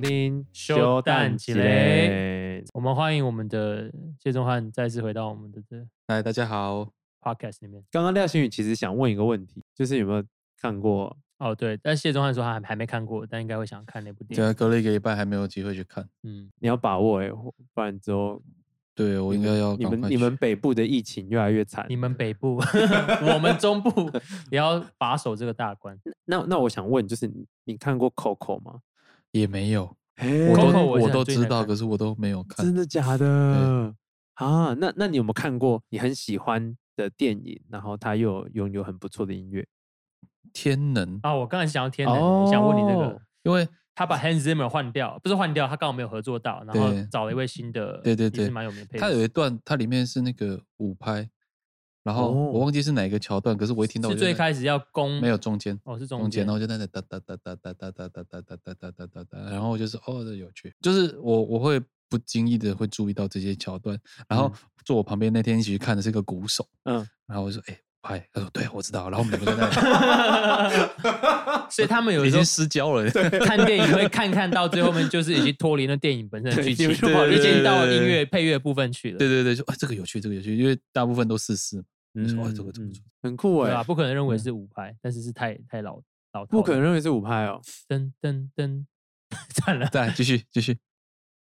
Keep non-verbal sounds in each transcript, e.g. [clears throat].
听小蛋鸡鸡嘞嘞。我们欢迎我们的谢宗翰再次回到我们的的嗨，哎大家好。 podcast 里面。刚刚廖星宇其实想问一个问题，就是有没有看过？哦，对，但谢宗翰说他还还没看过，但应该会想看那部电对影。啊，隔了一个礼拜还没有机会去看。嗯，你要把握哎、不然之后对，我应该要你赶们快你去们北部的疫情越来越惨你。们北部， [laughs] 我们中 [laughs] 部也要把守这个大关。嗯那那我想问，就是你你看过 Coco 吗？也没有，我我都 Coco 我是我很都最知难道，看可是我都没有看真。的假的啊？那那你有没有看过你很喜欢的电影，然后它又有拥有很不错的音乐？天能，啊，我刚才想要天能，想问你这哦个。因为他把 Hans Zimmer 换掉，不是换掉，他刚好没有合作到，然后对找了一位新的，对对也对是蛮有名的配它乐有手一段，它里面是那个五拍，然后哦我忘记是哪一个桥段，可是我一听到我是就最在开始要攻没有中间。哦，是中中间，间然后就在那哒哒哒哒哒哒哒哒哒哒哒哒哒哒哒，然后我就是哦，这有趣，就是我我会不经意的会注意到这些桥段，然后坐我旁边那天一起去看的是个鼓手，嗯，然后我就说哎拍，他说对我知道，然后我们两个在那里 [laughs] 所以他们有已时候经失焦了，看电影会看看到最后面，就是已经脱离那电影本身的对剧情，对对跑对已经到对音对乐配乐部分去了，对对对，就啊这个有趣，这个有趣，因为大部分都四四嘛，就说哦这个这个嗯不错，很酷对哎、啊吧？不可能认为是五拍，但是是太太老老套不了，可能认为是五拍哦。噔噔噔， [laughs] 算了，再来继续继续，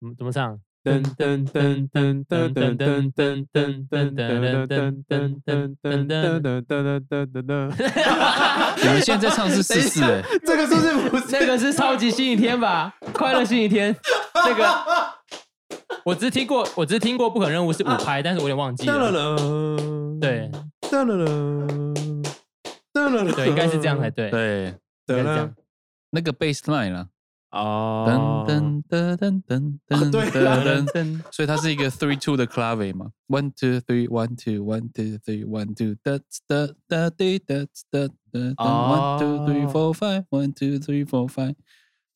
怎么怎么唱？噔噔噔噔噔噔噔噔噔噔噔噔噔噔噔噔噔噔噔噔噔。你们现在 [laughs] 唱是四四哎，这个是不是不那个是超级星期天吧？快乐星期天，这个 [laughs] 我只听过，我只听过不可能任务是五拍，但是我有点忘记哒啦 [laughs] 了。啦，对哒啦啦，哒啦啦，对，应该是这 [laughs] 样才对。对，应对该是这样啦。那个 bass line 啦，哦噔，噔噔噔哦噔噔对啦噔噔，所以它是一个 three two 的 clave 嘛，one two three one two one two three one two da da da da da da da one two three 哦 four five one two three four five，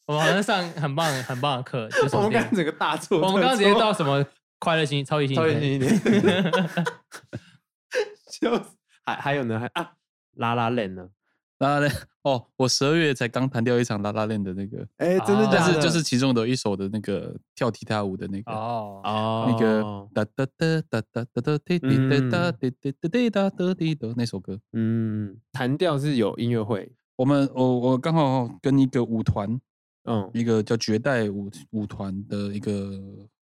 我们好像上很棒很棒的课，就 [laughs] 是我我们们刚整个大错，我们刚刚直接到什么快乐星超级星超期越你天，一点， [laughs] 笑死。还还有呢，还啊，拉拉链呢？拉拉链哦，我十二月才刚弹掉一场拉拉链的那个，哎真的但假是就是其中有一首的那个跳踢踏舞的那 [laughs] 个。哦，哦那个哒哒哒哒哒哒哒滴滴哒哒滴滴滴滴哒哒滴的那首歌，嗯，弹调是有音乐会，我们我我刚好跟一个舞团，嗯一个叫绝代舞舞团的一个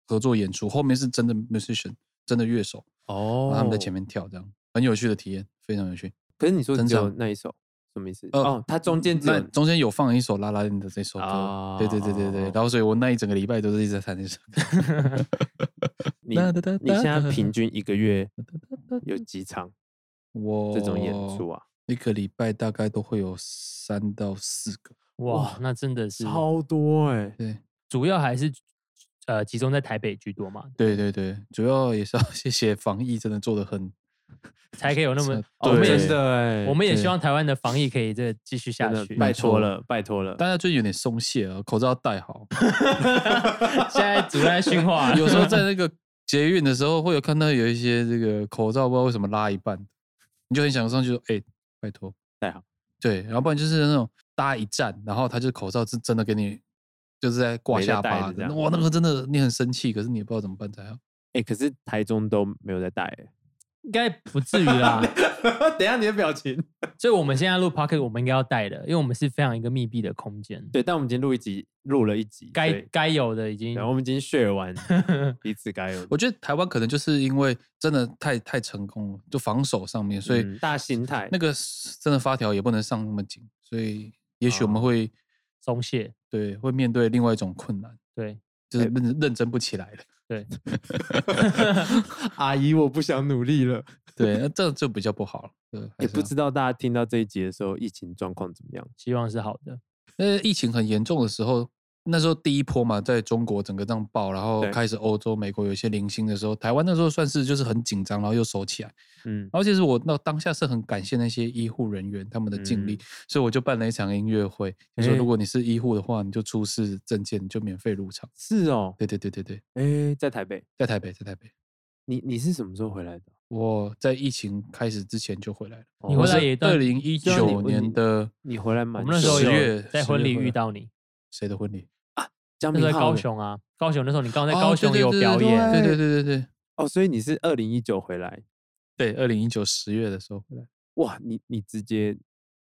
合作演出，后面是真的 musician，真的乐手，然哦后他们在前。面跳，这样很有趣的体验，非常有趣。可是你说真只有唱那一首，什么意思？呃哦，它中间只那有中间有放一首拉拉链的这首歌，对对对对对哦，然后所以我那一整个礼拜都是一直在弹这首歌。你哒哒哒你现在哒平均一个 [laughs] 月哒哒哒哒有几场我这种演出啊？一个礼拜大概都会有三到四个，哇，那真的是多哎、对主要还是呃集中在台北居多嘛，对对对，主要也是要 [laughs] 谢谢防疫，真的做的很呃才可以有那么哦我是们也对真是的哎、我们也对希望台湾的防疫可以这继续下真的去。拜没托错了，拜托了。[laughs] 大家就有点松懈啊，口罩要戴好。 [laughs] 现在主在训 [laughs] 话了，有时候在那个捷运的时候，会有看到有一些这个口罩不知道为什么拉一半，你就很想上去说：“哎、拜托戴好。”对，然后不然就是那种搭一站，然后他就口罩是真的给你就是在挂没在下戴巴着这的，样哇，那个真的你很生气，可是你也不知道怎么办才好。哎、可是台中都没有在带、欸。应该不至于啦。 [laughs] 等一下你的表情。所以我们现在录 p o c k e t 我们应该要带的，因为我们是非常一个密闭的空间，对，但我们已经录一集，录了一集，该对该有的已经对，我们已经 share [laughs] 完彼此该有的。我觉得台湾可能就是因为真的太太成功了，就防守上面，所以、嗯大心态那个真的发条也不能上那么紧，所以也许我哦们会、 [laughs] 松懈。对会面对另外一种困难， [laughs] 对，就是认认真不起来了。 [laughs] 阿姨，我不想努力了。对，那这就比较不好了。对，也还是不要知道大家听到这一集的时候，疫情状况怎么样？希望是好的。呃，疫情很严重的时候，那时候第一波嘛，在中国整个这样爆，然后对开始欧洲、美国有一些零星的时候，台湾那时候算是就是很紧张，然后又守起来。嗯，然后其实我那当下是很感谢那些医护人员他们的尽力，嗯所以我就办了一场音乐会，就说诶如果你是医护的话，你就出示证件，你就免费入场。是哦，对对对对对，哎、在台北，在台北，在台北，你你是什么时候回来的？我在疫情开始之前就回来了。你我回来是也一段二零一对啊你九你年的你回来蛮哦我们那时候十有月在十婚月礼回遇来到你，谁的婚礼？江那时明候在浩高呢雄啊，高雄那时候你刚刚在哦高对雄也对有对表对演，对对对对哦，所以你是二零一九回来，对对，二零一九十月的时候回来，哇，你你直接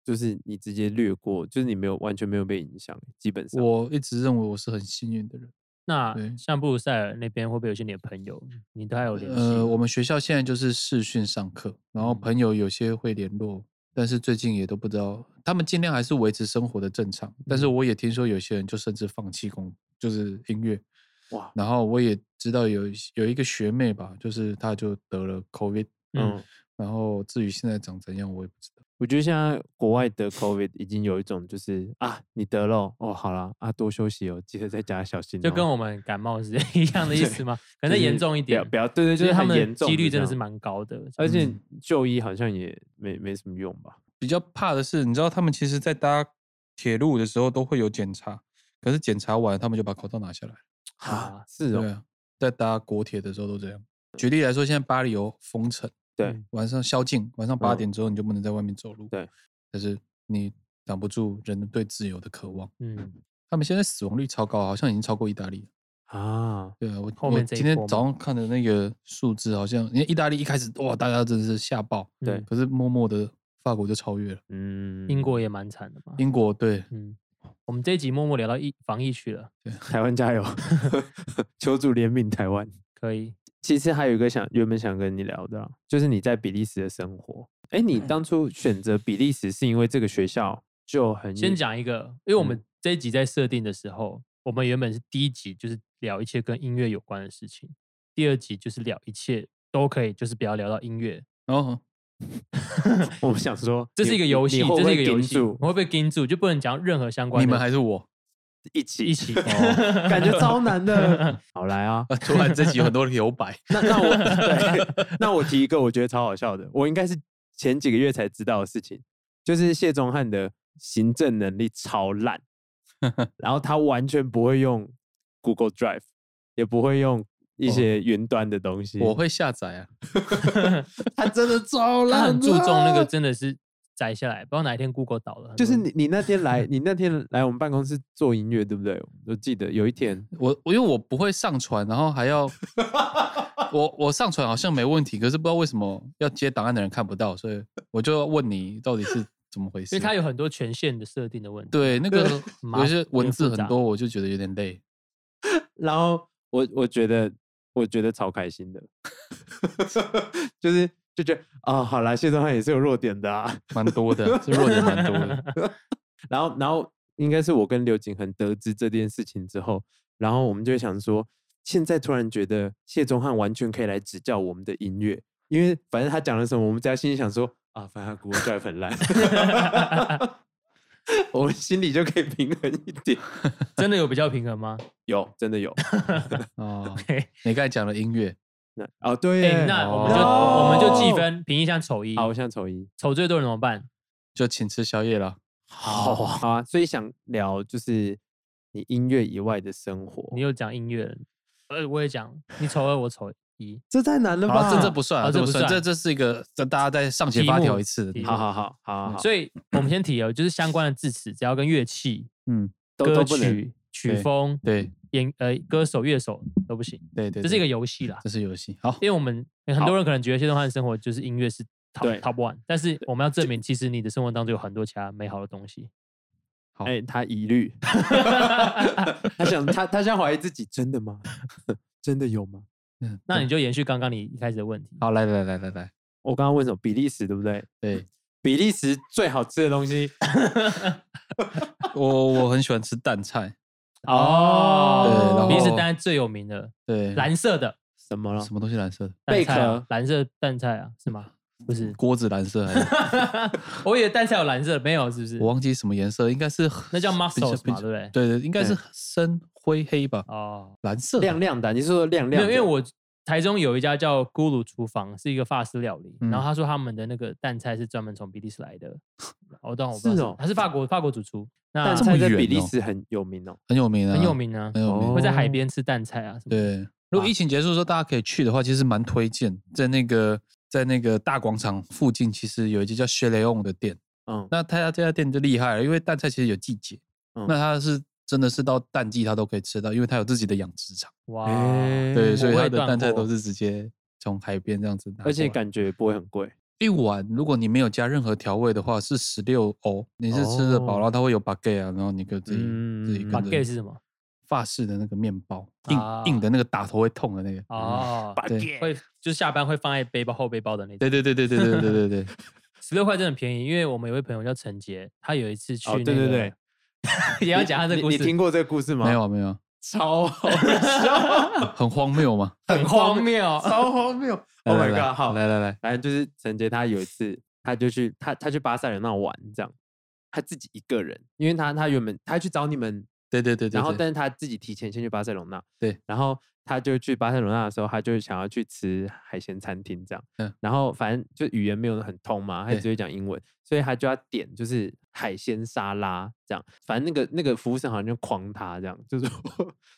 就是你直接略过，就是你没有完全没有被影响，基本上我一直认为我是很幸运的人。那对像布鲁塞尔那边会不会有一些你的朋友，你都还有联系？呃，我们学校现在就是视讯上课，然后嗯朋友有些会联络，但是最近也都不知道，他们尽量还是维持生活的正常。但是我也听说有些人就甚至放弃工，就是音乐。哇，然后我也知道有一些有一个学妹吧，就是她就得了 COVID，嗯嗯，然后至于现在长怎样，我也不知道。我觉得现在国外得 COVID 已经有一种就是啊，你得了哦，好了啊，多休息哦，记得在家小心哦、就跟我们感冒是 [laughs] 一样的意思吗？可能再就是严重一不要点，不要对对，就是是他很们严重几率真的这是样，呃蛮高的。而且嗯就医好像也没没什么用吧？比较怕的是，你知道他们其实在搭铁路的时候都会有检查，可是检查完他们就把口罩拿下来。啊， [laughs] 是对哦，啊，在搭国铁的时候都这样。举例来说，现在巴黎有封城，对嗯晚上宵禁，晚上八嗯点之后你就不能在外面走路。对，但是你挡不住人对自由的渴望。嗯，他们现在死亡率超高，好像已经超过意大利了。啊，对啊，我后我面这一今天波吗早上看的那个数字，好像因为意大利一开始哇，大家真的是吓爆，嗯对可是默默的法国就超越了嗯，英国也蛮惨的嘛。英国。对，嗯，我们这一集默默聊到疫防疫去了，台湾加油， [laughs] 求主怜悯台湾。可以。其实还有一个想原本想跟你聊的啊，就是你在比利时的生活。哎，你嗯当初选择比利时是因为这个学校就很先有，讲一个，因为嗯我们这一集在设定的时候，我们原本是第一集就是聊一切跟音乐有关的事情，第二集就是聊一切都可以，就是不要聊到音乐。然后我想说 [laughs] 这是一个游戏，这是一个游戏，我我会被盯住，就不能讲任何相关的。你们还是我一起一起 [laughs] 感觉超难 [laughs] 的。好来啊，啊！ [laughs] 突然这集有很多留白那 [laughs] 那我对，那我提一个我觉得超好笑的，我应该是前几个月才知道的事情，就是谢宗翰的行政能力超 [laughs] 烂，然后他完全不会用 Google Drive，也不会用一哦些云端的东西，我会下载啊。他真 [laughs] 的超他烂很的，注重那个真的是摘下来，不知道哪一天 Google 倒了。很啊就是嗯多人你，你那天 [laughs] 来，你那天来我们办公室做音乐，对不对？我记得有一天， [laughs] 我我因为我不会上传，然后还要我我上传好像没问题，可是不知道为什么要接档案的人看不到，所以我就要问你到底是怎么回事。因为它有很多权限的设定的问题。对那个麻有些有文点字复很杂多，我就觉得有点累。然后我我觉得我觉得超开 [laughs] 心的，就是就觉得啊、好啦，谢宗翰也是有弱点的啊。蛮多的，这弱点蛮多的。然后然后应该是我跟刘景恒得知这件事情之后，然后我们就会想说，现在突然觉得谢宗翰完全可以来指教我们的音乐，因为反正他讲了什么，我们在心里想说啊，反正他 Google Drive 很烂。 [laughs] 我们心里就可以平衡一点， [laughs] 真的有比较平衡吗？有真 [laughs] 的有，哦，对，你刚才讲了音乐，那哦 [laughs] 对耶、哎那我们就哦我们就计分，评一下丑一，好，我想丑一，丑最多人怎么办？就请吃宵夜了。好啊，好啊，所以想聊就是你音乐以外的生活，你又讲音乐人，呃，我也讲，你丑二，我丑一。这太难了吧？好，这这不算啊，哦这这不不算，这算这是一个这大家再上前题发目条一次题的。目好好好好好，嗯所以我们先提哦，就是相关的字词，只要跟乐器、嗯，都歌都不能曲、曲对风、对演呃歌手、乐手都不行，对对，这是一对个游戏啦。这是游啊戏。好，因为我们很多人可能觉得谢东汉的生活就是音乐是 top 对 top one，但是我们要证明，其实你的生活当中有很多其他美好的东 [laughs] 西。好哎，他疑虑， [laughs] 他想他他想怀疑自己，真的吗？ [laughs] 真的有吗？嗯，那对你就延续刚刚你一开始的问题，好来来来来来，我刚刚问什么？比利时对不对？对 [laughs] 比利时最好吃的东西我我很喜欢吃蛋菜，哦对然比利时后哦当然最有名的对，蓝色的什么了？什么东西蓝色的？蛋贝菜啊壳蓝色蛋菜啊，是吗？不 [laughs]，是锅子蓝色还是？我以为蛋菜有蓝色，没有，是不是我？忘记什么颜色，应该是那叫比较 muscles 比嘛，对不较对？对对，应该是对深灰黑吧，哦，蓝色的亮亮的，你是说亮没亮有，的？因为我台中有一家叫咕噜厨房，是一个法式料理，嗯然后他说他们的那个蛋菜是专门从比利时来的，哦，但我不知道是哦他是法国法国主厨，那蛋这么菜在远比利哦时很有名哦。很有名啊，很有，名啊，很有名。会在海哦边吃蛋菜啊什么的。对，如果疫情结束的时候大家可以去的话，其实蛮推荐，在那个在那个大广场附近，其实有一家叫 s h e l e o n 的店。嗯，那他家这家店就厉害了，因为蛋菜其实有季节，嗯那它是真的是到淡季他都可以吃到，因为他有自己的养殖场，哇，哦哎对，嗯所以我他会的断蛋菜货都是直接从海边这样子拿过来，而且感觉也不会很贵。一碗，如果你没有加任何调味的话，是十六欧。你是吃得饱，哦然后它会有 baguette 啊，然后你可以自己、自己嗯跟着 baguette 是什么？法式的那个面包，硬、啊硬的那个打头会痛的那个。嗯，哦，对会就是下班会放在背包后背包的那种。对对对对对对对对 [laughs] 对，十六块真的很便宜，因为我们有位朋友叫陈杰，他有一次去、哦那个，对对对， [laughs] 也要讲他这你个故你事，听过这个故事吗？没有啊没有啊，超好 [laughs] 笑，很荒谬嘛。很荒谬。 [laughs] 超荒谬来！Oh [laughs] 来 my 来 god！好，来来来，反正就是陈杰他有一次，他就去他他去巴塞罗那玩，这样他自己一个人，因为他他原本他去找你们，对对对对，然后对但是他自己提前先去巴塞罗那，对，然后他就去巴塞罗那的时候，他就想要去吃海鲜餐厅这样，嗯然后反正就语言没有很通嘛，他对只会讲英文，所以他就要点就是海鲜沙拉这样，反正那个那个服务生好像就狂他这样，就说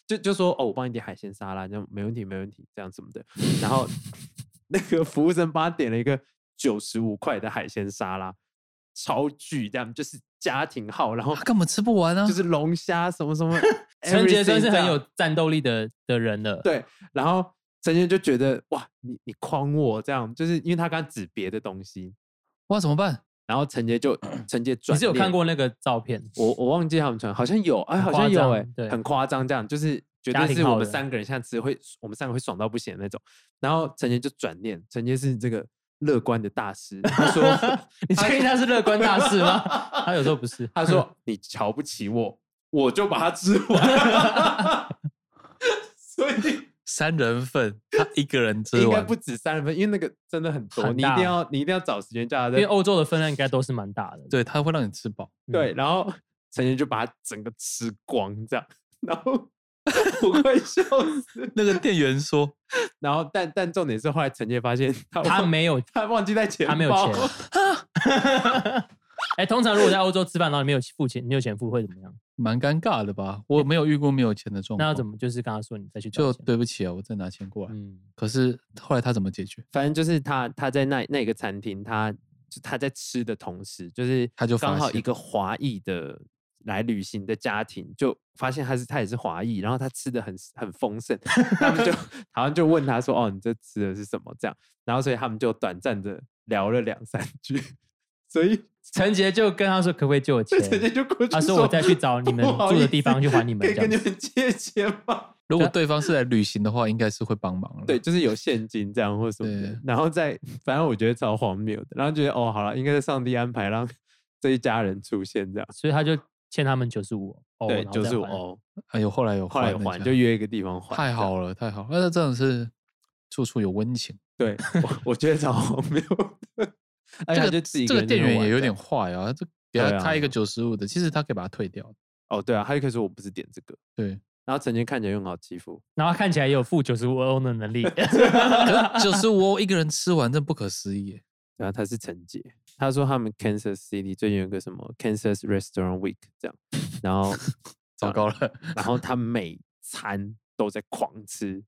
[laughs] 就就说哦，我帮你点海鲜沙拉，这样没问题没问题这样什么的，然 [laughs] 后那个服务生帮他点了一个九十五块的海鲜沙拉，超巨这样就是家庭号，然后他根本吃不完啊，就是龙虾什么什么 everything 这样， [laughs] 陈杰真是很有战斗力的的人了。对，然后陈杰就觉得哇，你你诓我这样，就是因为他刚刚指别的东西，哇怎么办？然后陈杰 [clears throat] 就陈杰转，你是有看？过那个照片？我我忘记他们传，好像有，哎，很好夸像有、张哎，对很夸张，这样就是绝家对庭是我号们的三个人下次会，我们三个会爽到不行的那种。然后陈杰就转念，陈杰是这个乐观的大师，他说 [laughs] 你确定他是乐观 [laughs] 大师吗？ [laughs] 他有时候不是，他说你瞧不起我，我就把它吃完， [laughs] 所以。三人份，他一个人吃应该完不，止三人份，因为那个真的很多，很你一定大要你一定要找时间叫他 [laughs] 因在为欧洲的分量应该都是蛮大的。对，他会让你吃饱。嗯对，，然后 [laughs] 陈杰就把它整个吃光这样，然后我快笑 [laughs] 死。那个店员说然后但但重点是后来陈杰发现他他忘没有，他忘记带钱包，他没有钱。哎，通常如果在欧洲吃饭，然后你没有付钱，没有钱付会怎么样？蛮尴尬的吧，我没有遇过没有钱的状况。那要怎？么就是跟他说你再去就找钱？对不起啊，我再拿钱过来。嗯，可是后来他怎么解决？反正就是他他在那那个餐厅，他就他在吃的同时，就是他就发刚好一现个华裔的来旅行的家庭，就发现他是他也是华裔，然后他吃的很很丰 [laughs] 盛，他们就好像就问他说：“哦，你这吃的是什么？”这样，然后所以他们就短暂的聊了两三句，所以陈杰就跟他说可不可以借我就钱？直接就过去他说我再去找你们不好住的意地方思去还你们可以这跟你样们借钱吗？如果对方是来旅行的话，应该是会帮忙了。啊对，，就是有现金这样或什么的对，然后再反正我觉得超荒谬的，然后觉得哦，好了，应该是上帝安排让这一家人出现这样，所以他就欠他们九十五欧，对然，后就再是我还哦，哎呦，后来有后来有人还家就约一个地方还，太这样，好了，太好了，那真的是处处有温情。对，我我觉得超荒谬的，而且他这个哎就自己一这个人在店那员玩也有这点样坏 [laughs] 啊，这给对他啊开一个九十五的，其实他可以把它退掉。哦，对啊，他就可以说我不是点这个，对，然后陈杰看起来又很好欺负，然后他看起来也有付九十五欧的 [laughs] 能力。九十五一个人吃完，真不可思议 [laughs] 耶。然后他是陈杰，他说他们 Kansas City 最近有个什么 Kansas Restaurant Week 这样，然后 [laughs] 糟糕了， [laughs] 然后他每餐都在狂吃，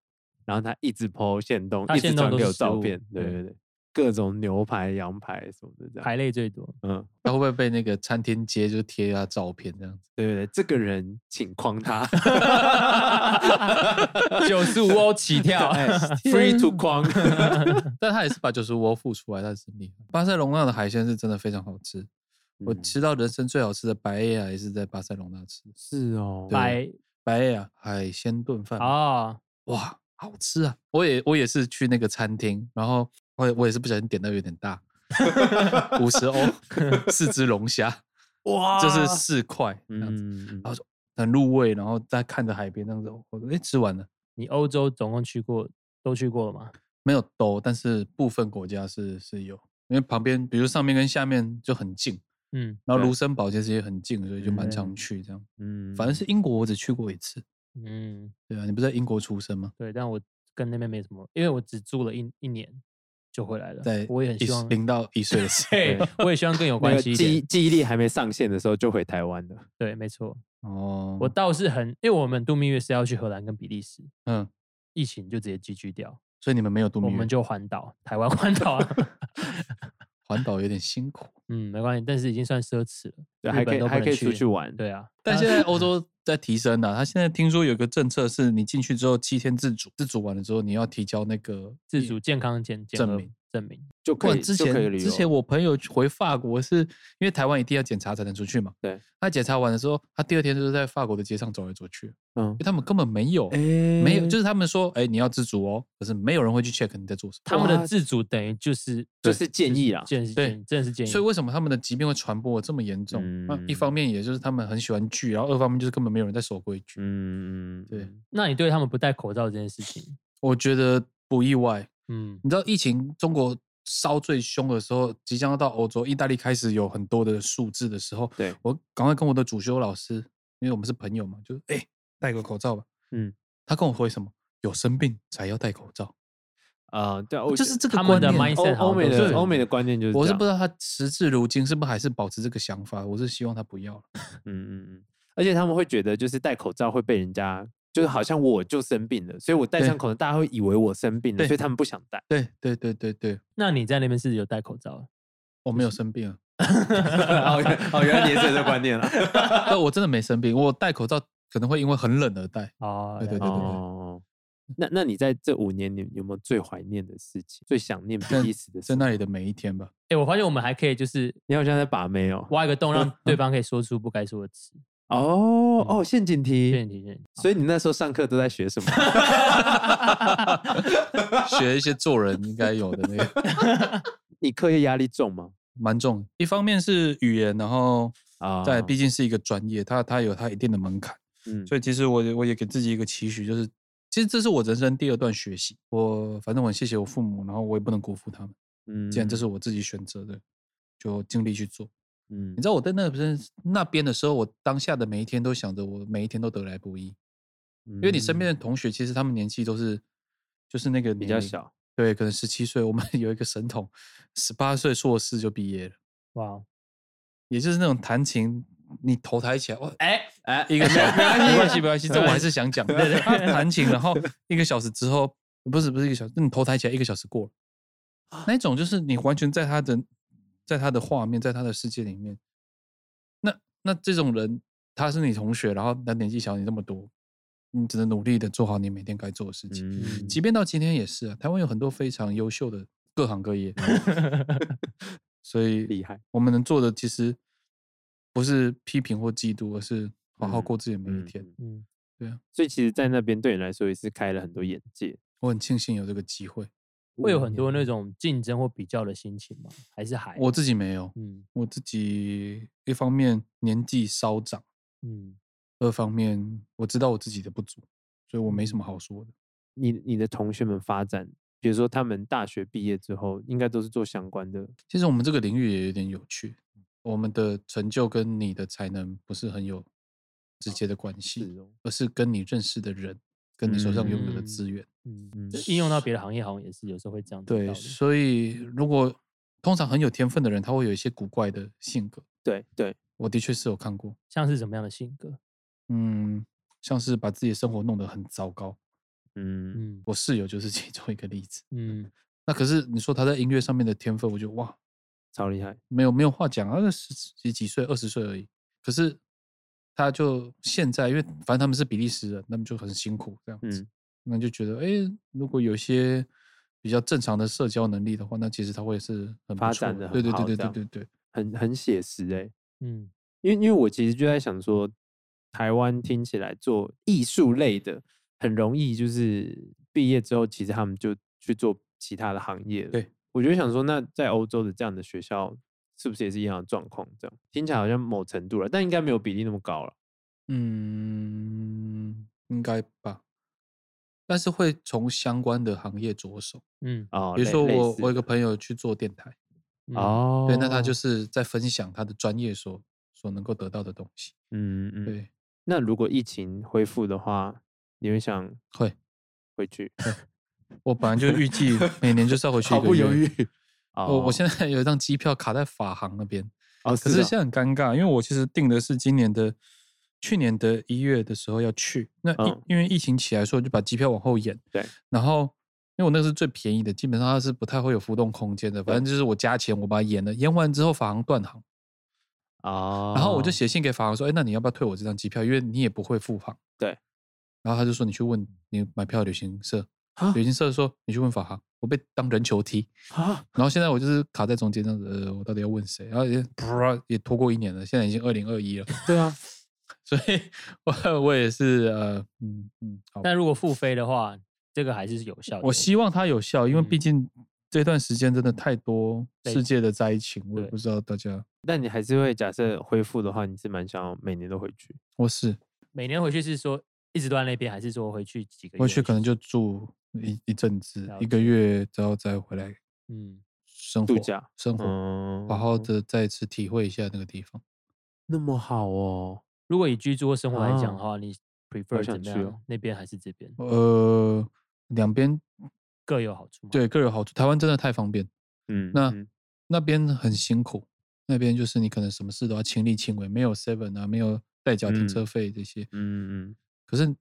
然后他一直 po 现动，他一直限动传都给是我照食物片，对对对对，各种牛排、羊排什么的这样，排类最多，嗯，他会不会被那个餐厅街就贴他照片这样子？对对对，这个人请框 [laughs] 他九十五欧起 [laughs] 跳 [laughs] 哎，free to 天框， [laughs] 但他也是把九十五付出来，他是厉害。巴塞隆纳的海鲜是真的非常好吃，我嗯 [laughs] 吃到人生最好吃的白叶啊，也是在巴塞隆纳吃的。是哦，白白叶啊，海鲜炖饭哦，哇，好吃啊！我也我也是去那个餐厅，然后我也我也是不小心点到有点 [laughs] 大，五十欧四只龙虾，哇就是四块这样子，嗯，好很入味。然后再看着海边这样子，我说哎吃完了你欧洲总共去过都去过了吗？没有都，但是部分国家是是有，因为旁边比如上面跟下面就很近，嗯，然后对卢森堡其实也很近，所以就蛮常嗯去这样。嗯反正是英国我只去过一次，嗯，对啊，你不是在英国出生吗？对，但我跟那边没什么，因为我只住了一一年就回来了。在我也很一希望，零到一岁的时候， [laughs] 对，我也希望更有那关个系一记忆点。记忆力还没上线的时候就回台湾了，对，没错，哦，我倒是很，因为我们度蜜月是要去荷兰跟比利时，嗯，疫情就直接寄居掉，所以你们没有度蜜我月，们就环岛，台湾 [laughs] 环岛啊。环岛有点辛 [laughs] 苦。嗯，没关系，但是已经算奢侈了。对，日还本可以都不还能可以出去玩，对啊，但啊现在欧洲在提升呢、他现在听说有个政策是，你进去之后七天自主，自主完了之后你要提交那个自主健康检检证核明证明，就不可以然之就可以前旅游。之前我朋友回法国是因为台湾一定要检查才能出去嘛，对。他检查完的时候，他第二天就是在法国的街上走来走去，因嗯为，他们根本没有、没有，就是是他们说，哎、你要自主哦，可是没有人会去 check 你在做什么。他们的哇自主等于就是就对是建议啦。建议对建议真的是建议，啊所以为什么他们的疾病会传播得这么严重？那、一嗯方面也就是他们很喜欢聚，然后二方面就是根本没有人在守规矩。嗯，对那你对他们不戴口罩这件事情，我觉得不意外。嗯你知道疫情中国烧最凶的时候，即将要到欧洲，意大利开始有很多的数字的时候，对我赶快跟我的主修老师，因为我们是朋友嘛，就是哎、戴个口罩吧。嗯，他跟我回什么？有生病才要戴口罩，呃啊，对啊，我就是觉这个他们观的念。 mindset 欧欧美好像都是这的样欧美的观念就是这样，我是不知道他时至如今是不是还是保持这个想法，我是希望他不要了。嗯嗯嗯，而且他们会觉得就是戴口罩会被人家，就是好像我就生病了，所以我戴对上口罩，大家会以为我生病了，对所以他们不想 [laughs] 戴。对对对对对，那你在那边是有戴口罩我没有 [laughs] 生病啊，哦，原哦原来你也是有这个观 [laughs] 念了。对，我真的没生病，我戴口罩可能会因为很冷而戴。哦，对对对对哦，那那你在这五年，你有没有最怀念的事情，最想念比利时的在事？那里的每一天 [laughs] 吧，哎，我发现我们还可以就是你好像在把妹哦。挖一个洞，让对方可以说出不该说的词。哦嗯哦，陷阱谢谢题。你，谢谢你。所以你那时候上课都在学什么？ [laughs] 学一些做人应该有的那个，你课业压力重吗？蛮重。一方面是语言，然后 [laughs] 啊再来毕竟是一个专业，它它有它一定的门槛，嗯所以其实我也我也给自己一个期许，就是其实这是我人生第二段学习。我反正我很谢谢我父母，然后我也不能辜负他们，嗯既然这是我自己选择的，就尽力去做。嗯你知道我在那边那边的时候，我当下的每一天都想着我每一天都得来不易，因为你嗯身边的同学其实他们年纪都是就是那个比年较龄，小，对，可能十七岁。我们 [laughs] 有一个神童，十八岁硕士就毕业了，哇，哦也就是那种弹琴，你头抬起来，哇，哎，哎一 [laughs] 个小时， [laughs] 没关系，没关系，这我还是想讲。对对他弹 [laughs] 琴，然后一个小时之后，不是不是一个小时，你头抬起来，一个小时过了，那一种就是你完全在他的，在他的画面，在他的世界里面。那那这种人，他是你同学，然后他年纪小你这么多，你只能努力的做好你每天该做的事情。嗯即便到今天也是啊，台湾有很多非常优秀的各行各业， [laughs] 所以 [laughs] 厉害。我们能做的其实不是批评或嫉妒，而是好好嗯过自己的每一嗯天。嗯嗯，所以其实，在那边对你来说也是开了很多眼界。我很庆幸有这个机会，会有很多那种竞争或比较的心情吗？还是哎还我自己没有，嗯我自己一方面年纪稍长，嗯二方面我知道我自己的不足，所以我没什么好嗯说的。你你的同学们发展，比如说他们大学毕业之后，应该都是做相关的。其实我们这个领域也有点有趣，我们的成就跟你的才能不是很有直接的关系，哦，而是跟你认识的人，跟你手上拥有的嗯资源。嗯，就应用到别的行业好像也是有时候会这样子的道理。对，所以如果通常很有天分的人，他会有一些古怪的性格。对对，我的确是有看过，像是什么样的性格？嗯，像是把自己的生活弄得很糟糕，嗯，嗯我室友就是其中一个例子。嗯，那可是你说他在音乐上面的天分，我觉得哇，超厉害。没有没有话讲啊，那十十几岁、二十岁而已。可是他就现在，因为反正他们是比利时人，他们就很辛苦这样子，嗯那就觉得哎，诶如果有一些比较正常的社交能力的话，那其实他会是很不发错展得对很对好对对这对样对对。很很写实哎、嗯，因为因为我其实就在想说，台湾听起来做艺术类的很容易，就是毕业之后，其实他们就去做其他的行业了。对，我就想说，那在欧洲的这样的学校，是不是也是一样的状况？这样听起来好像某程度了，但应该没有比例那么高了。嗯，应该吧。但是会从相关的行业着手，嗯哦，比如类说类我似我有的个朋友去做电台，嗯哦，对，那他就是在分享他的专业所所能够得到的东西，嗯嗯。对，那如果疫情恢复的话，你会想会。回去？我本来就预 [laughs] 计每年就是要回去，毫不犹豫。哦我我现在在有一张机票卡在法航那边，哦，可是哦现在很尴尬，因为我其实订的是今年的去年的一月的时候要去，那疫嗯因为疫情起来，所以我就把机票往后延。对，然后因为我那个是最便宜的，基本上它是不太会有浮动空间的，反正就是我加钱我把它延了，延完之后法航断航，哦然后我就写信给法王说：“哎，那你要不要退我这张机票？因为你也不会复航。”对。然后他就说：“你去问你买票的旅行社，啊旅行社说你去问法航。”我被当人球踢。啊，然后现在我就是卡在中间，这样子，呃，我到底要问谁？然后也噗也拖过一年了，现在已经二零二一了，对啊， [laughs] 所以我我也是呃，嗯嗯，好。但如果付费的话，这个还是有效的。我希望它有效，因为毕嗯竟这段时间真的太多对世界的灾情，我也对不知道大家。但你还是会假设恢复的话，你是蛮想要每年都回去。我是每年回去是说一直都在那边，还是说回去几个月？回去可能就住一一阵子了，一个解月之后再回来嗯，生活度假生活，嗯，好好的再次体会一下那个地方。那么好哦，如果以居住或生活来讲啊的话，你 prefer 想怎么去样？哦那边还是这边呃，两边各有好处嘛？，对各有好处，台湾真的太方便，嗯，那嗯那边很辛苦，那边就是你可能什么事都要亲力亲为，没有 seven 啊，没有代缴停嗯车费这些，嗯嗯，可是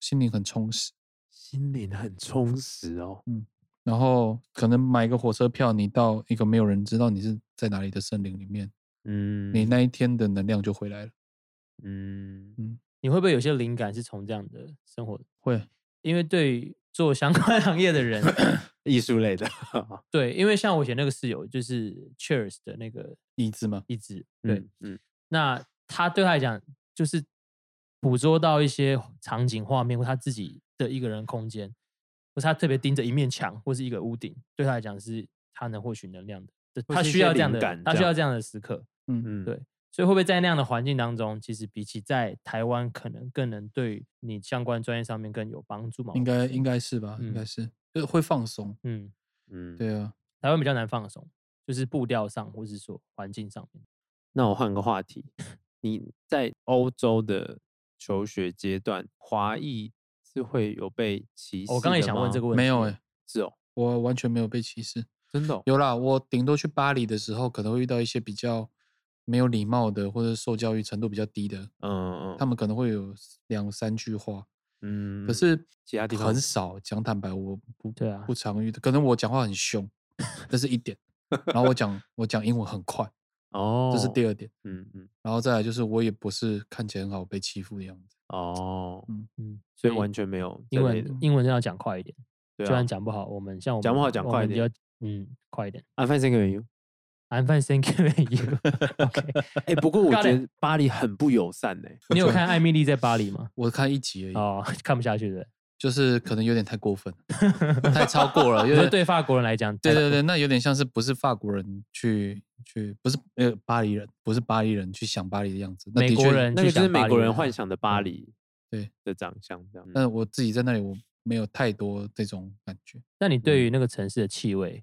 心灵很充实。心灵很充实哦，然后可能买个火车票，你到一个没有人知道你是在哪里的森林里面，嗯，你那一天的能量就回来了。嗯你会不会有些灵感是从这样的生活？会，因为对于做相关 [laughs] 行业的人，艺术 [laughs] 类的，对，因为像我以前那个室友就是 Cheers 的那个椅子嘛，一直对，嗯嗯那他对他来讲就是捕捉到一些场景画面或他自己的一个人空间，或是他特别盯着一面墙或是一个屋顶，对他来讲是他能获取能量的，对或他是一需些要这样灵的感，他这需要样这样的时刻。嗯，嗯，对所以会不会在那样的环境当中，其实比起在台湾，可能更能对你相关专业上面更有帮哦助嘛？应该应该是吧，应该嗯是，就是会放松。嗯，嗯，对啊，台湾比较难放松，就是步调上或是说环境上面。那我换个话题，你在欧洲的求学阶段，华裔是会有被歧视？我刚刚也想问这个，问题，没有哎、是哦，我完全没有被歧视。真的哦、有啦，我顶多去巴黎的时候，可能会遇到一些比较没有礼貌的，或者受教育程度比较低的，嗯嗯，他们可能会有两三句话，嗯，可是其他地方很少。讲坦白，我不对啊不常遇到，可能我讲话很凶，这是 [laughs] 一点。然后我讲我讲英文很快，哦，这是第二，二点。嗯嗯然后再来就是我也不是看起来很好被欺负的样子，哦，嗯，所以完全没有英这类的文英文真的要讲快一点。对虽啊然，讲不好，我们像我们讲不好讲我快们一就点要嗯，快一点。安分这个原因。 I'm fine, thank you. [laughs] and [laughs] you. OK，哎、不过我，got 觉 it 得巴黎很不友善呢、你有看《艾米丽在巴黎》吗？我看一集而已，哦， [laughs] 看不下去的。就是可能有点太过分了，太超过了，我因觉为得对法国人来讲，对对对，那有点像是不是法国人去去，不是呃巴黎人，不是巴黎人去想巴黎的样子，那美的国确人那去个就想是巴美黎国的人话幻想的巴黎，啊嗯对嗯的长相这样。但我自己在那里我没有太多这种感觉。那嗯你对于那个城市的气味，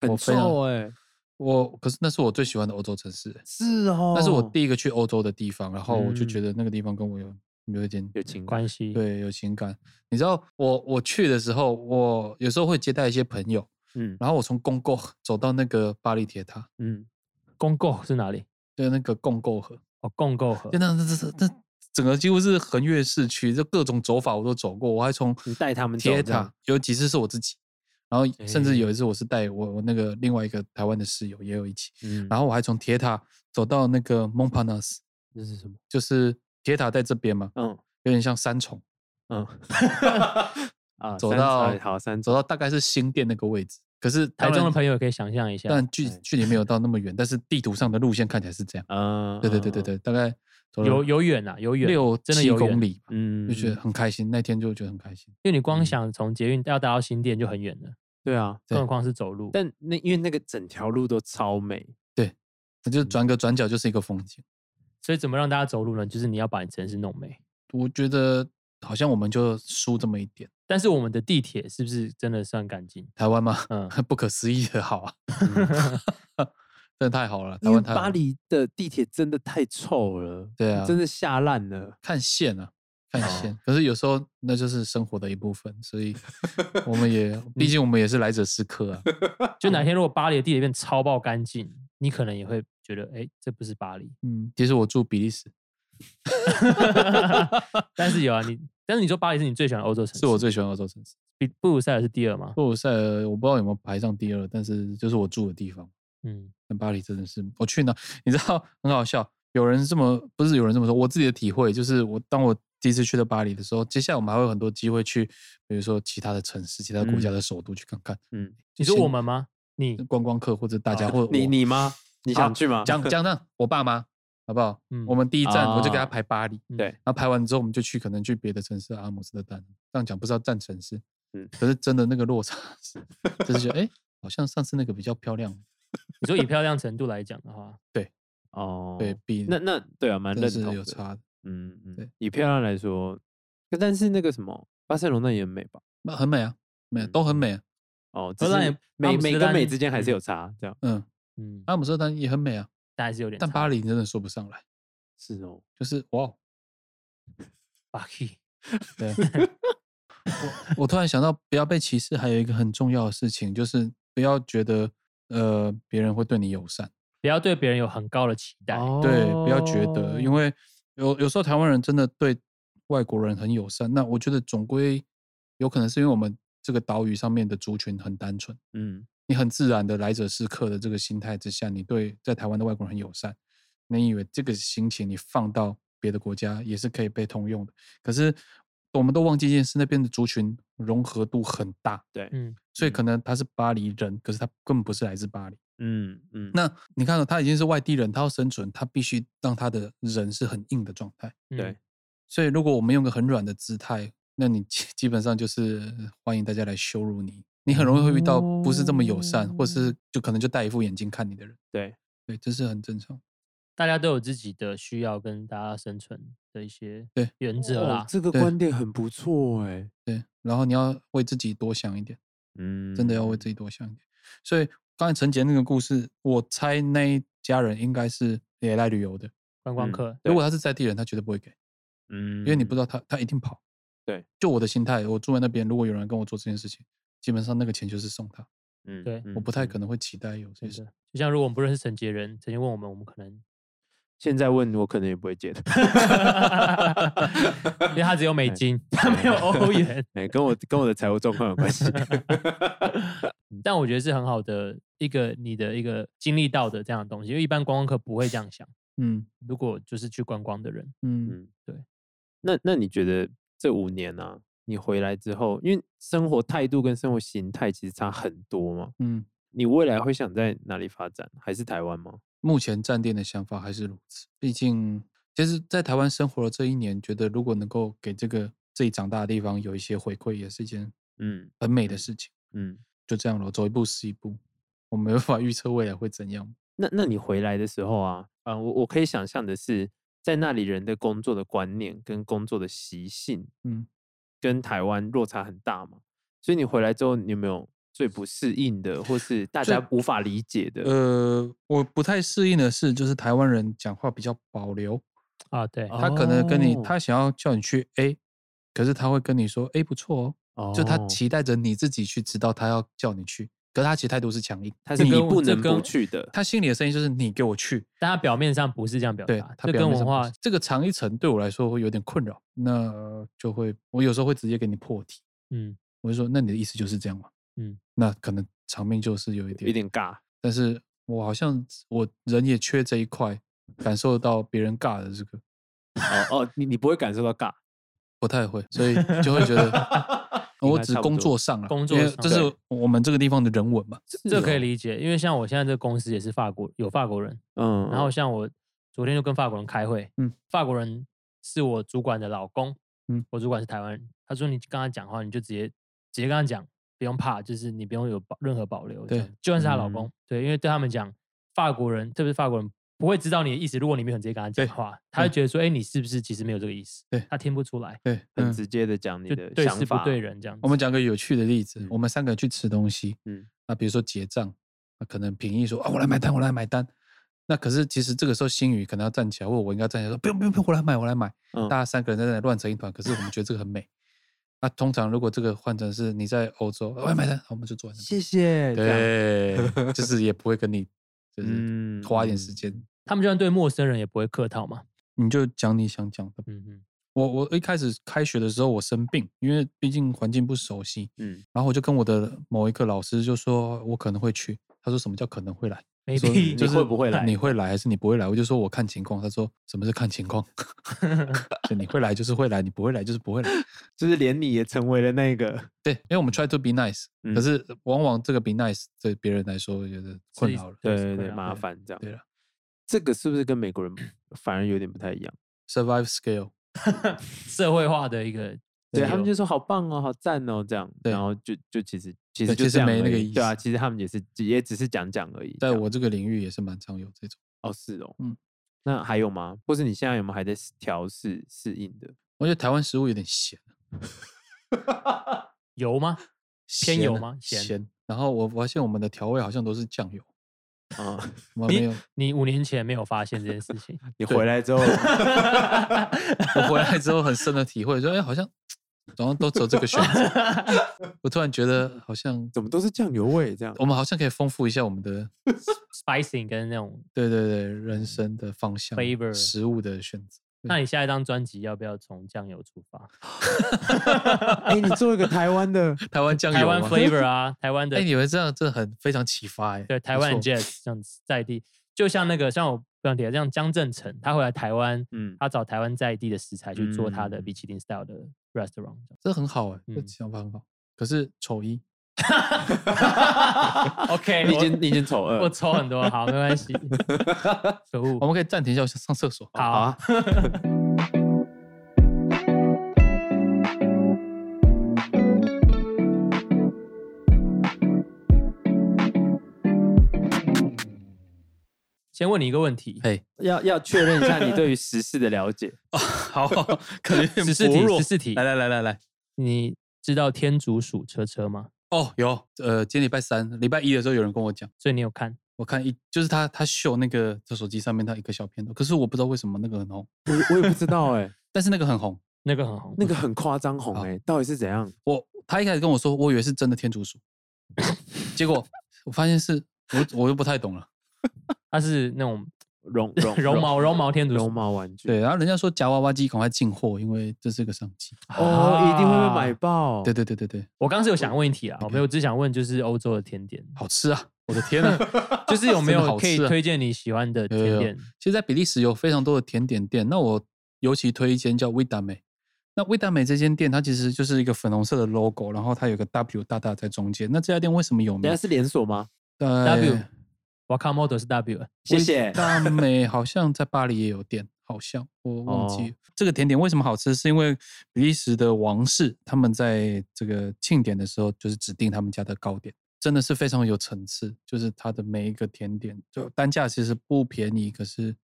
很我非常臭哎、我可是那是我最喜欢的欧洲城市欸，是哦，那是我第一个去欧洲的地方，然后我就觉嗯得那个地方跟我有有一点有情感，关系，对有情感。你知道我我去的时候，我有时候会接待一些朋友，嗯然后我从共 [laughs] 购走到那个巴黎铁塔，嗯，公购是哪里？就是那个共购河，哦，共购河就。那那那那嗯整个几乎是横越市区，就各种走法我都走过，我还从你带他们走铁这样塔有几次是我自己，然后甚至有一次我是带我我那个另外一个台湾的室友也有一起， [laughs] 嗯，然后后我还从铁塔走到那个蒙帕纳斯，这是什么？就是铁塔在这边嘛，嗯有点像三重，嗯，啊，走三到哎好三走到大概是新店那个位置。可是台中的朋友，友也可以想象一下，但距哎距离没有到那么远，但是地图上的路线看起来是这样。啊，对对对对对，大概走了有有远啊，有远，六真的七有公远，里吧，嗯，嗯，就觉得嗯很开心。那天就觉得很开心。因为你光嗯想从捷运要达到新店就很远了，对啊，更对何况是走路。但那因为那个整条路都超美，那就嗯转个转角就是一个风景。所以怎么让大家走路呢？就是你要把你城市弄美。我觉得好像我们就输这么一点，但是我们的地铁是不是真的算干净？台湾嘛，嗯 [laughs] 不可思议的好啊， [laughs] 真的太好了，台嗯因为湾太好巴了黎的地铁真的太臭了，对啊真的哦吓烂了。看线啊。看线，可是有时候那就是生活的一部分，所以我 [laughs] 们也，嗯毕竟我们也是来者是客啊。就哪天如果巴黎的地铁变超爆干净，你可能也会觉得，哎，这不是巴 [laughs] 黎。嗯，其实我住比利时，但是有啊，你但是你说巴黎是你最喜欢的欧洲城市，是我最喜欢的欧洲城市。比布鲁塞尔是第二吗？布鲁塞尔我不知道有没有排上第二，但是就是我住的地方。嗯那巴黎真的是，我去呢，你知道很好笑，有人这么不是有人这么说，我自己的体会就是我，当我第一次去到巴黎的时候，接下来我们还会有很多机会去，比如说其他的城市、其他国家嗯的首都去看看，嗯，你说我们吗？你观光客或者 [laughs] 大家或者啊你我你吗？你好想去吗？ [laughs] 讲讲那我爸妈好不好？嗯我们第一站我就给他啊排巴黎，嗯对然后排完之后我们就去可能去别的城市，阿姆斯特丹。这样讲不知道占城市，嗯可是真的那个落差 [laughs] 是，就是 [laughs] 觉得哎、诶好像上次那个比较漂亮，你说以漂亮程度来讲的话，哦，对，比那那对啊，蛮真认的是同有的。差的，嗯嗯对，以漂亮来说，但是那个什么，巴塞罗那也很美吧？那很美啊，美嗯都很美啊，哦，只荷兰是也阿美姆斯美特跟丹美之间还是嗯有差，这样嗯，嗯，阿姆斯特丹也很美啊，但还是有点差。但巴黎真的说不上来，是哦。就是哇哦，巴黎， [laughs] 对啊我，我突然想到，不要被歧视，还有一个很重要的事情，就是不要觉得呃别人会对你友善，不要对别人有很高的期待。对，不要觉得，因哦为有有时候台湾人真的对外国人很友善，那我觉得总归有可能是因为我们这个岛屿上面的族群很单纯，嗯你很自然的来者是客的这个心态之下，你对在台湾的外国人很友善，你以为这个心情你放到别的国家也是可以被通用的，可是我们都忘记一件事，那边的族群融合度很大，对，嗯，所以可能他是巴黎人，可是他根本不是来自巴黎。嗯嗯，那你看到、哦他已经是外地人，他要生存，他必须让他的人是很硬的状态。对嗯所以如果我们用个很软的姿态，那你基基本上就是欢迎大家来羞辱你，你很容易会遇到不是这么友善，或是就可能就戴一副眼镜看你的人。哦对，对，这是很正常。大家都有自己的需要跟大家生存的一些对原则哦啦。这个对观点很不错哎，对，然后你要为自己多想一点，嗯，真的要为自己多想一点。所以刚才陈杰那个故事，我猜那一家人应该是也来旅游的。观光嗯客，如果他是在地人，他绝对不会给。嗯，因为你不知道道他，他一定跑。对，就我的心态，我住在那边，如果有人跟我做这件事情，基本上那个钱就是送他，嗯对我不太可能。能会期待有这真些。的就像如果我们不认识陈杰仁，陈杰问我们，我们可能现在问我可能也不会接的， [laughs] 因为他只有美 [laughs] 金，他没有欧元。哎，跟我跟我的财务状况有 [laughs] 关系。但我觉得是很好的一个你的一个经历到的这样的东西，因为一般观光客不会这样想。嗯如果就是去观光的人，嗯， [laughs] 嗯，对。那那你觉得这五年啊，你回来之后，因为生活态度跟生活形态其实差很多嘛，嗯，你未来会想在哪里发展？还是台湾吗？目前站店的想法还是如此。毕竟，其实，在台湾生活了这一年，觉得如果能够给这个自己长大的地方有一些回馈，也是一件嗯很美的事情。嗯，就这样咯，走一步是一步。我没有办法预测未来会怎 [laughs] 样。那那你回来的时候啊，啊、我我可以想象的是，在那里人的工作的观念跟工作的习性嗯，跟台湾落差很大嘛，所以你回来之后，你有没有最不适应的，或是大最家无法理解的？呃，我不太适应的是，就是台湾人讲话比较保留。啊，对，他可能跟你，哦他想要叫你去 A，可是他会跟你说 A 不错哦，就他哦期待着你自己去知道他要叫你去，可是他其实态度是强硬，他是这你跟我不这能不跟去的。他心里的声音就是你给我去，但他表面上不是这样表对达，他这表跟面文上不化是这个长一层对我来说会有点困扰，那就会我有时候会直接给你破题，嗯我就说那你的意思就是这样嘛，嗯，那可能场面就是有一点有点尬，但是我好像我人也缺这一块，感受到别人尬的这个哦哦，你你不会感受到尬，不太会，所以就会 [laughs] 觉得。应我该指差不工多作上了，工因作为上这是我们这个地方的人文嘛。嗯这可以哦，理解，因为像我现在这个公司也是法国有法国人，嗯然后像我昨天就跟法国人开会，嗯法国人是我主管的老公，嗯我主管是台湾人，他说你跟他讲话，你就直接直接跟他讲，不用怕，就是你不用有保任何保留，这对样，就算是她老嗯公，对，因为对他们讲，法国人特别是法国人不会知道你的意思，如果你没有很直接跟他讲对话，他嗯就对觉得说，哎，你是不是其实没有这个意思？对他听不出来，对，很嗯，直接的讲你就的对想事不法，对人这样子。我们讲个有趣的例子，嗯我们三个去吃东西，嗯嗯，那比如说结账，那可能平易说啊，我来买单，我来买单。那可是其实这个时候星宇可能要站起来，或者我应该站起来说不用不用不用，我来买我来买。嗯大家三个人在那里乱成一团，可是我们觉得这个很美。那通常如果这个换成是你在欧洲，啊我来买单，好我们就坐在那谢谢，这样，边，对，就是也不会 [laughs] 跟你就是嗯花一点时间，他们就算对陌生人也不会客套嘛，你就讲你想讲的。嗯嗯，我我一开始开学的时候我生病，因为毕竟环境不熟悉，嗯然后我就跟我的某一个老师就说，我可能会去。他说什么叫可能会来？说嗯 maybe 就是会不会来你会来还是你不会来？我就说我看情况。他说什么是看 [laughs] 情况？就你会来就是会来，你不会来就是不会来。 [laughs] 就是连你也成为了那个，对，因为我们 try to be nice，、嗯可是往往这个 be nice 对别人来说也是困是扰了。对是对会对，啊麻对烦这样。对了这个是不是跟美国 [clears throat] 人反而有点不太一样？ ，survive scale，社会化的一个，对他们就就说好棒哦，好赞哦，这样，对然后就就其实其对实就其实这样没那而个已意对啊，思其实他们也是也只是讲讲而已。在这样我这个领域也是蛮常有这种。哦是哦，嗯，那还有吗？或者你现在有没有还在适调试适应的？我觉得台湾食物有点咸，油吗？偏咸油啊吗咸咸。然后我发现我们的调味好像都是酱油，啊， [laughs] 我们没你有。你五年前没有发现这件事情，你对回来之后我回来之后很深的体会，说哎，好像好像都只有这个选择。我突然觉得好像怎么都是酱油味 [laughs] 这样？我们好像可以丰富一下我们的 spicing 跟那种。对对对人生的方向 Flavor 食物的选择。对那你下一张专辑要不要从酱油出发？哎，你做一个台湾的，台湾酱油台湾吗 [laughs] flavor 啊，台湾的哎、你们这样真的很非常启发哎、对，台不湾错 jazz 这样子在地，就像那个像我不想提了，像江正成，他回来台湾， [laughs] 嗯，他找台湾在地的食材去做他的嗯比奇林 style 的 restaurant，这这很好哎、这嗯想法很好。可是丑一，样 OK，你已 [laughs] 我经你已经丑恶我抽很多，好，没关 [laughs] 系，可我恶，们可以暂停一下，我想上厕所。好好啊， [laughs] 先问你一个问题，哎，要要确认一下你对于时事的了解。好，可能有点十四薄题，弱十四题来，来来来来，你知道天竺鼠车车吗？哦，有，呃，今天礼拜三、礼拜一的时候，有人跟我讲，所以你有看？我看一就是他他秀那个在手机上面他一个小片段，可是我不知道为什么那个很红，我 [laughs] 我也不知道哎、但是那个很红。那个很红，那个很夸张哦红哎、到底是怎样？我他一开始跟我说，我以为是真的天竺鼠，结果我发现是我我又不太懂了。它是那种 [laughs] 绒绒绒毛绒毛天竺绒鼠，毛玩具，对，然后人家说夹娃娃机赶快进货，因为这是个商机。哦，一定会被啊买爆。对对对对对，我刚是有想问一题啦，我 OK 没有，只想问就是欧洲的甜点，好吃啊！我的天啊！ [laughs] 就是有没真的有好可以吃啊推荐你喜欢的有有甜有点？其实，在比利时有非常多的甜点店，那我尤其推一间叫维达美。那维达美这间店，它其实就是一个粉红色的 logo，然后它有个 W 大大在中间。那这家店为什么有等名下？是连锁吗？呃 W Wakamoto 是 W，啊谢谢。大美好像在巴黎也有店，好像我忘记、哦了。这个甜点为什么好吃，是因为比利时的王室他们在这个庆典的时候，就是指定他们家的糕点，真的是非常有层次。就是它的每一个甜点，就单价其实不便宜，可是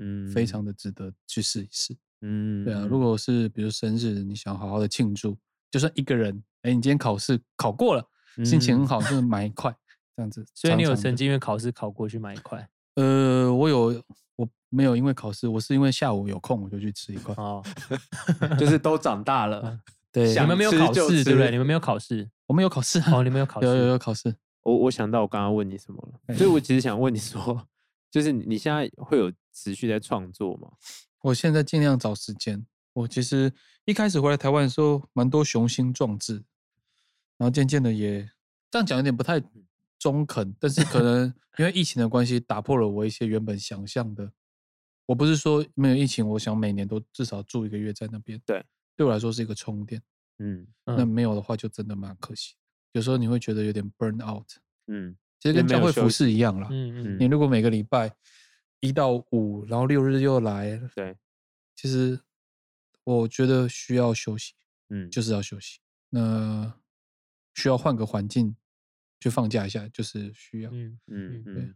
嗯，非嗯常的值得去试一试。嗯，对啊，如果是比如生日，你想好好的庆祝，就算一个人，哎，你今天考试考过了，心情很好，好，就买一块这样子。所以你有尝尝曾经因为考试考过去买一 [laughs] 块呃，我有，我没有因为考试，我是因为下午有空我就去吃一块。哦？嗯就是都长大了。嗯对，你想们没有吃考就试对不吃对？你们没有考试我们有考试啊，哦，你们有考试有有有考试。我我想到我刚刚问你什么了，哎所以我其实想问你说， [laughs] 就是你你现在会有持续在创作吗？我现在尽量找时间。我其实一开始回来台湾的时候，蛮多雄心壮志，然后渐渐的也这样讲有点不太中肯，但是可 [laughs] 能因为疫情的关系，打破了我一些原本想象的。我不是说没有疫情，我想每年都至少住一个月在那边。对，对我来说是一个充电。嗯那嗯没有的话，就真的蛮可惜。有时候你会觉得有点 burn out，嗯其实就跟没教有会休服息饰一样啦。嗯你如果每个礼拜一到五，然后六日又来，对，其实我觉得需要休息，嗯，就是是要休息。那需要换个环境去放假一下，就是需要。嗯嗯嗯对嗯，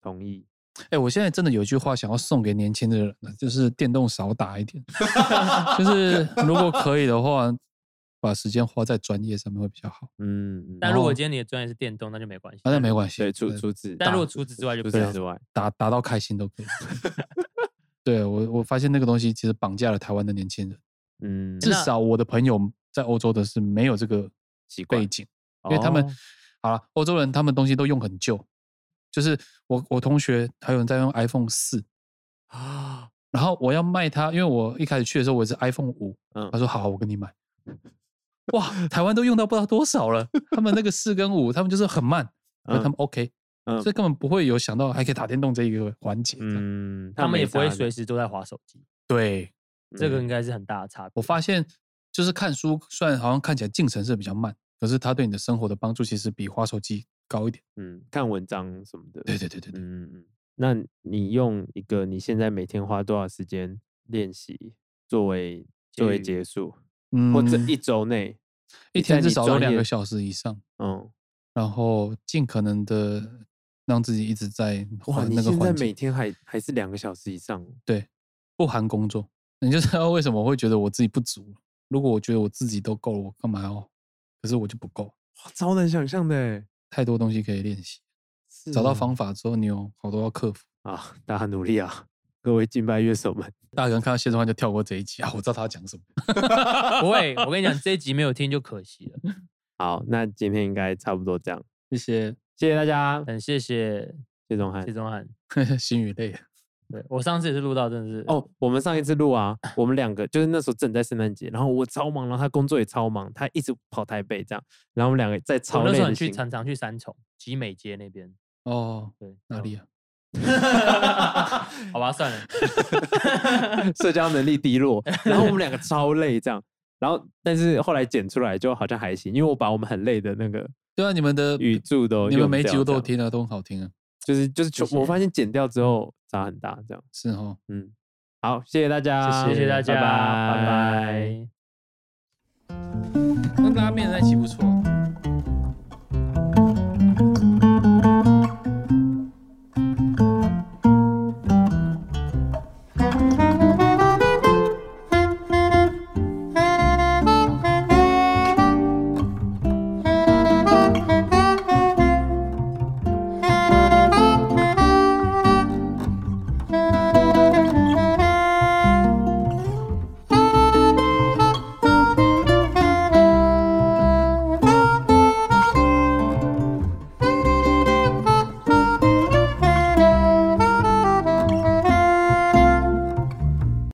同意。哎、我现在真的有一句话想要送给年轻的人了，就是电动少打一点， [laughs] 就是如果可以的话，把时间花在专业上面会比较好。嗯，嗯但然如后果今天你的专业是电动，那就没关系。啊，那但没关系，对除呃除此，但如果除此之外就除不要此之外，达达到开心都可以。 [laughs] 对我，我发现那个东西其实绑架了台湾的年轻人。嗯，至少我的朋友在欧洲的是没有这个习惯背景，因为他们、哦好了，欧洲人他们东西都用很旧，就是我我同学还有人在用 iPhone 四，啊，然后我要卖他，因为我一开始去的时候我是 iPhone 五，嗯他，说好，我跟你买。哇，台湾都用到不知道多少了，他们那个四跟五，他们就是很慢，可是他嗯们 OK，嗯所以根本不会有想到还可以打电动这一个环节。嗯，嗯，他们也没不会差的随时都在划手机，对这个嗯应该是很大的差别。我发现就是看书，虽然好像看起来进程是比较慢，可是它对你的生活的帮助其实比花手机高一点。嗯看文章什么的，对对对对对，嗯，嗯嗯。那你用一个你现在每天花多少时间练习作为作为结语结束，嗯或这一周内，一你在天至你少有专两业个小时以上，嗯，然后尽可能的让自己一直在哇，环你那个现在环境每，天还还是两个小时以上哦，不含工作，你就知道为什么我会觉得我自己不足。如果我觉得我自己都够了，我干嘛要？可是我就不够，哇，超难想象的欸，太多东西可以练习。是找到哦方法之后，你有好多要克服。啊，大家努力啊，各位敬拜乐手们，大家可能看到谢宗汉就跳过这一集啊，我知道他要讲什么。不会，我跟 [laughs] 你讲，这一集没有听就可惜了。好，那今天应该差不多这样，谢谢谢谢大家，哎很谢谢谢宗嗯翰谢。宗翰， [laughs] 心语类，对我上次也是录到，真的是哦，我们上一次录啊，我们两个就是那时候正在圣诞节，然后我超忙，然后他工作也超忙，他一直跑台北这样，然后我们两个在我超那累时候的很去情常常去三重集美街那 [laughs] 边，哦，对哪里啊？啊？好吧，算了，社交能力低落，然后我们两个超累这样，然后但是后来剪出来就好像还行，因为我把我们很累的那个对啊，你们的语助都你用们每一集掉我都有这样，听啊，都很好听啊。就是就是全谢我谢发现剪掉之后差很大这样，是哦，嗯，好，谢谢大家，谢谢大家，拜拜拜那拉面那一集不错。